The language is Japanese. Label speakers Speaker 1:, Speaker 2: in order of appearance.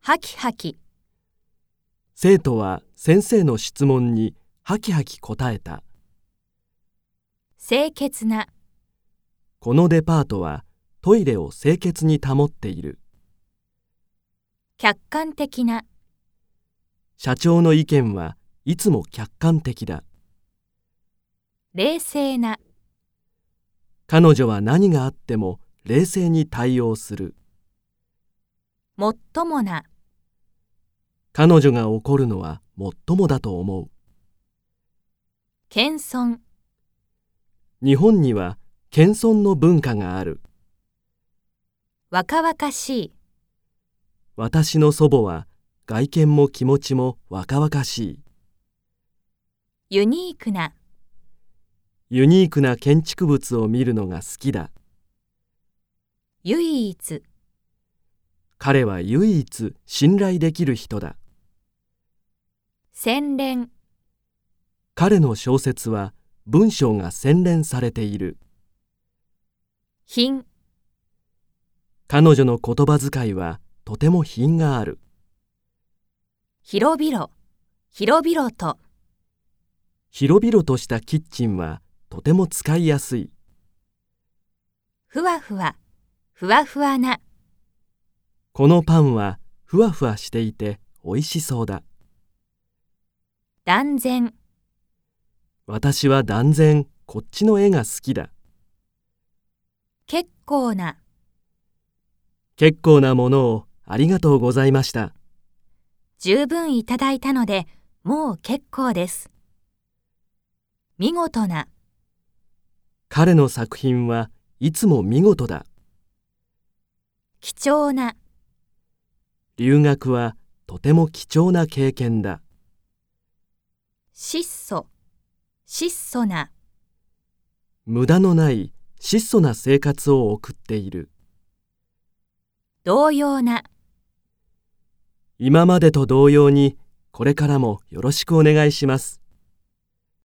Speaker 1: ハキハキ、
Speaker 2: 生徒は先生の質問にハキハキ答えた。
Speaker 1: 清潔な、
Speaker 2: このデパートはトイレを清潔に保っている。
Speaker 1: 客観的な、
Speaker 2: 社長の意見はいつも客観的だ。
Speaker 1: 冷静な、
Speaker 2: 彼女は何があっても冷静に対応する。
Speaker 1: もっともな、
Speaker 2: 彼女が怒るのはもっともだと思う。
Speaker 1: 謙遜、
Speaker 2: 日本には謙遜の文化がある。
Speaker 1: 若々しい、
Speaker 2: 私の祖母は外見も気持ちも若々しい。
Speaker 1: ユニークな、
Speaker 2: ユニークな建築物を見るのが好きだ。
Speaker 1: 唯一、
Speaker 2: 彼は唯一信頼できる人だ。
Speaker 1: 洗練、
Speaker 2: 彼の小説は文章が洗練されている。
Speaker 1: 品、
Speaker 2: 彼女の言葉遣いはとても品がある。
Speaker 1: 広々、広々と、
Speaker 2: 広々としたキッチンはとても使いやすい。
Speaker 1: ふわふわ、ふわふわな、
Speaker 2: このパンはふわふわしていて美味しそうだ。
Speaker 1: 断然、
Speaker 2: 私は断然こっちの絵が好きだ。
Speaker 1: 結構な、
Speaker 2: 結構なものをありがとうございました。
Speaker 1: 十分いただいたので、もう結構です。見事な、
Speaker 2: 彼の作品はいつも見事だ。
Speaker 1: 貴重な、
Speaker 2: 留学はとても貴重な経験だ。
Speaker 1: 質素、質素な、
Speaker 2: 無駄のない質素な生活を送っている。
Speaker 1: 同様な、
Speaker 2: 今までと同様にこれからもよろしくお願いします。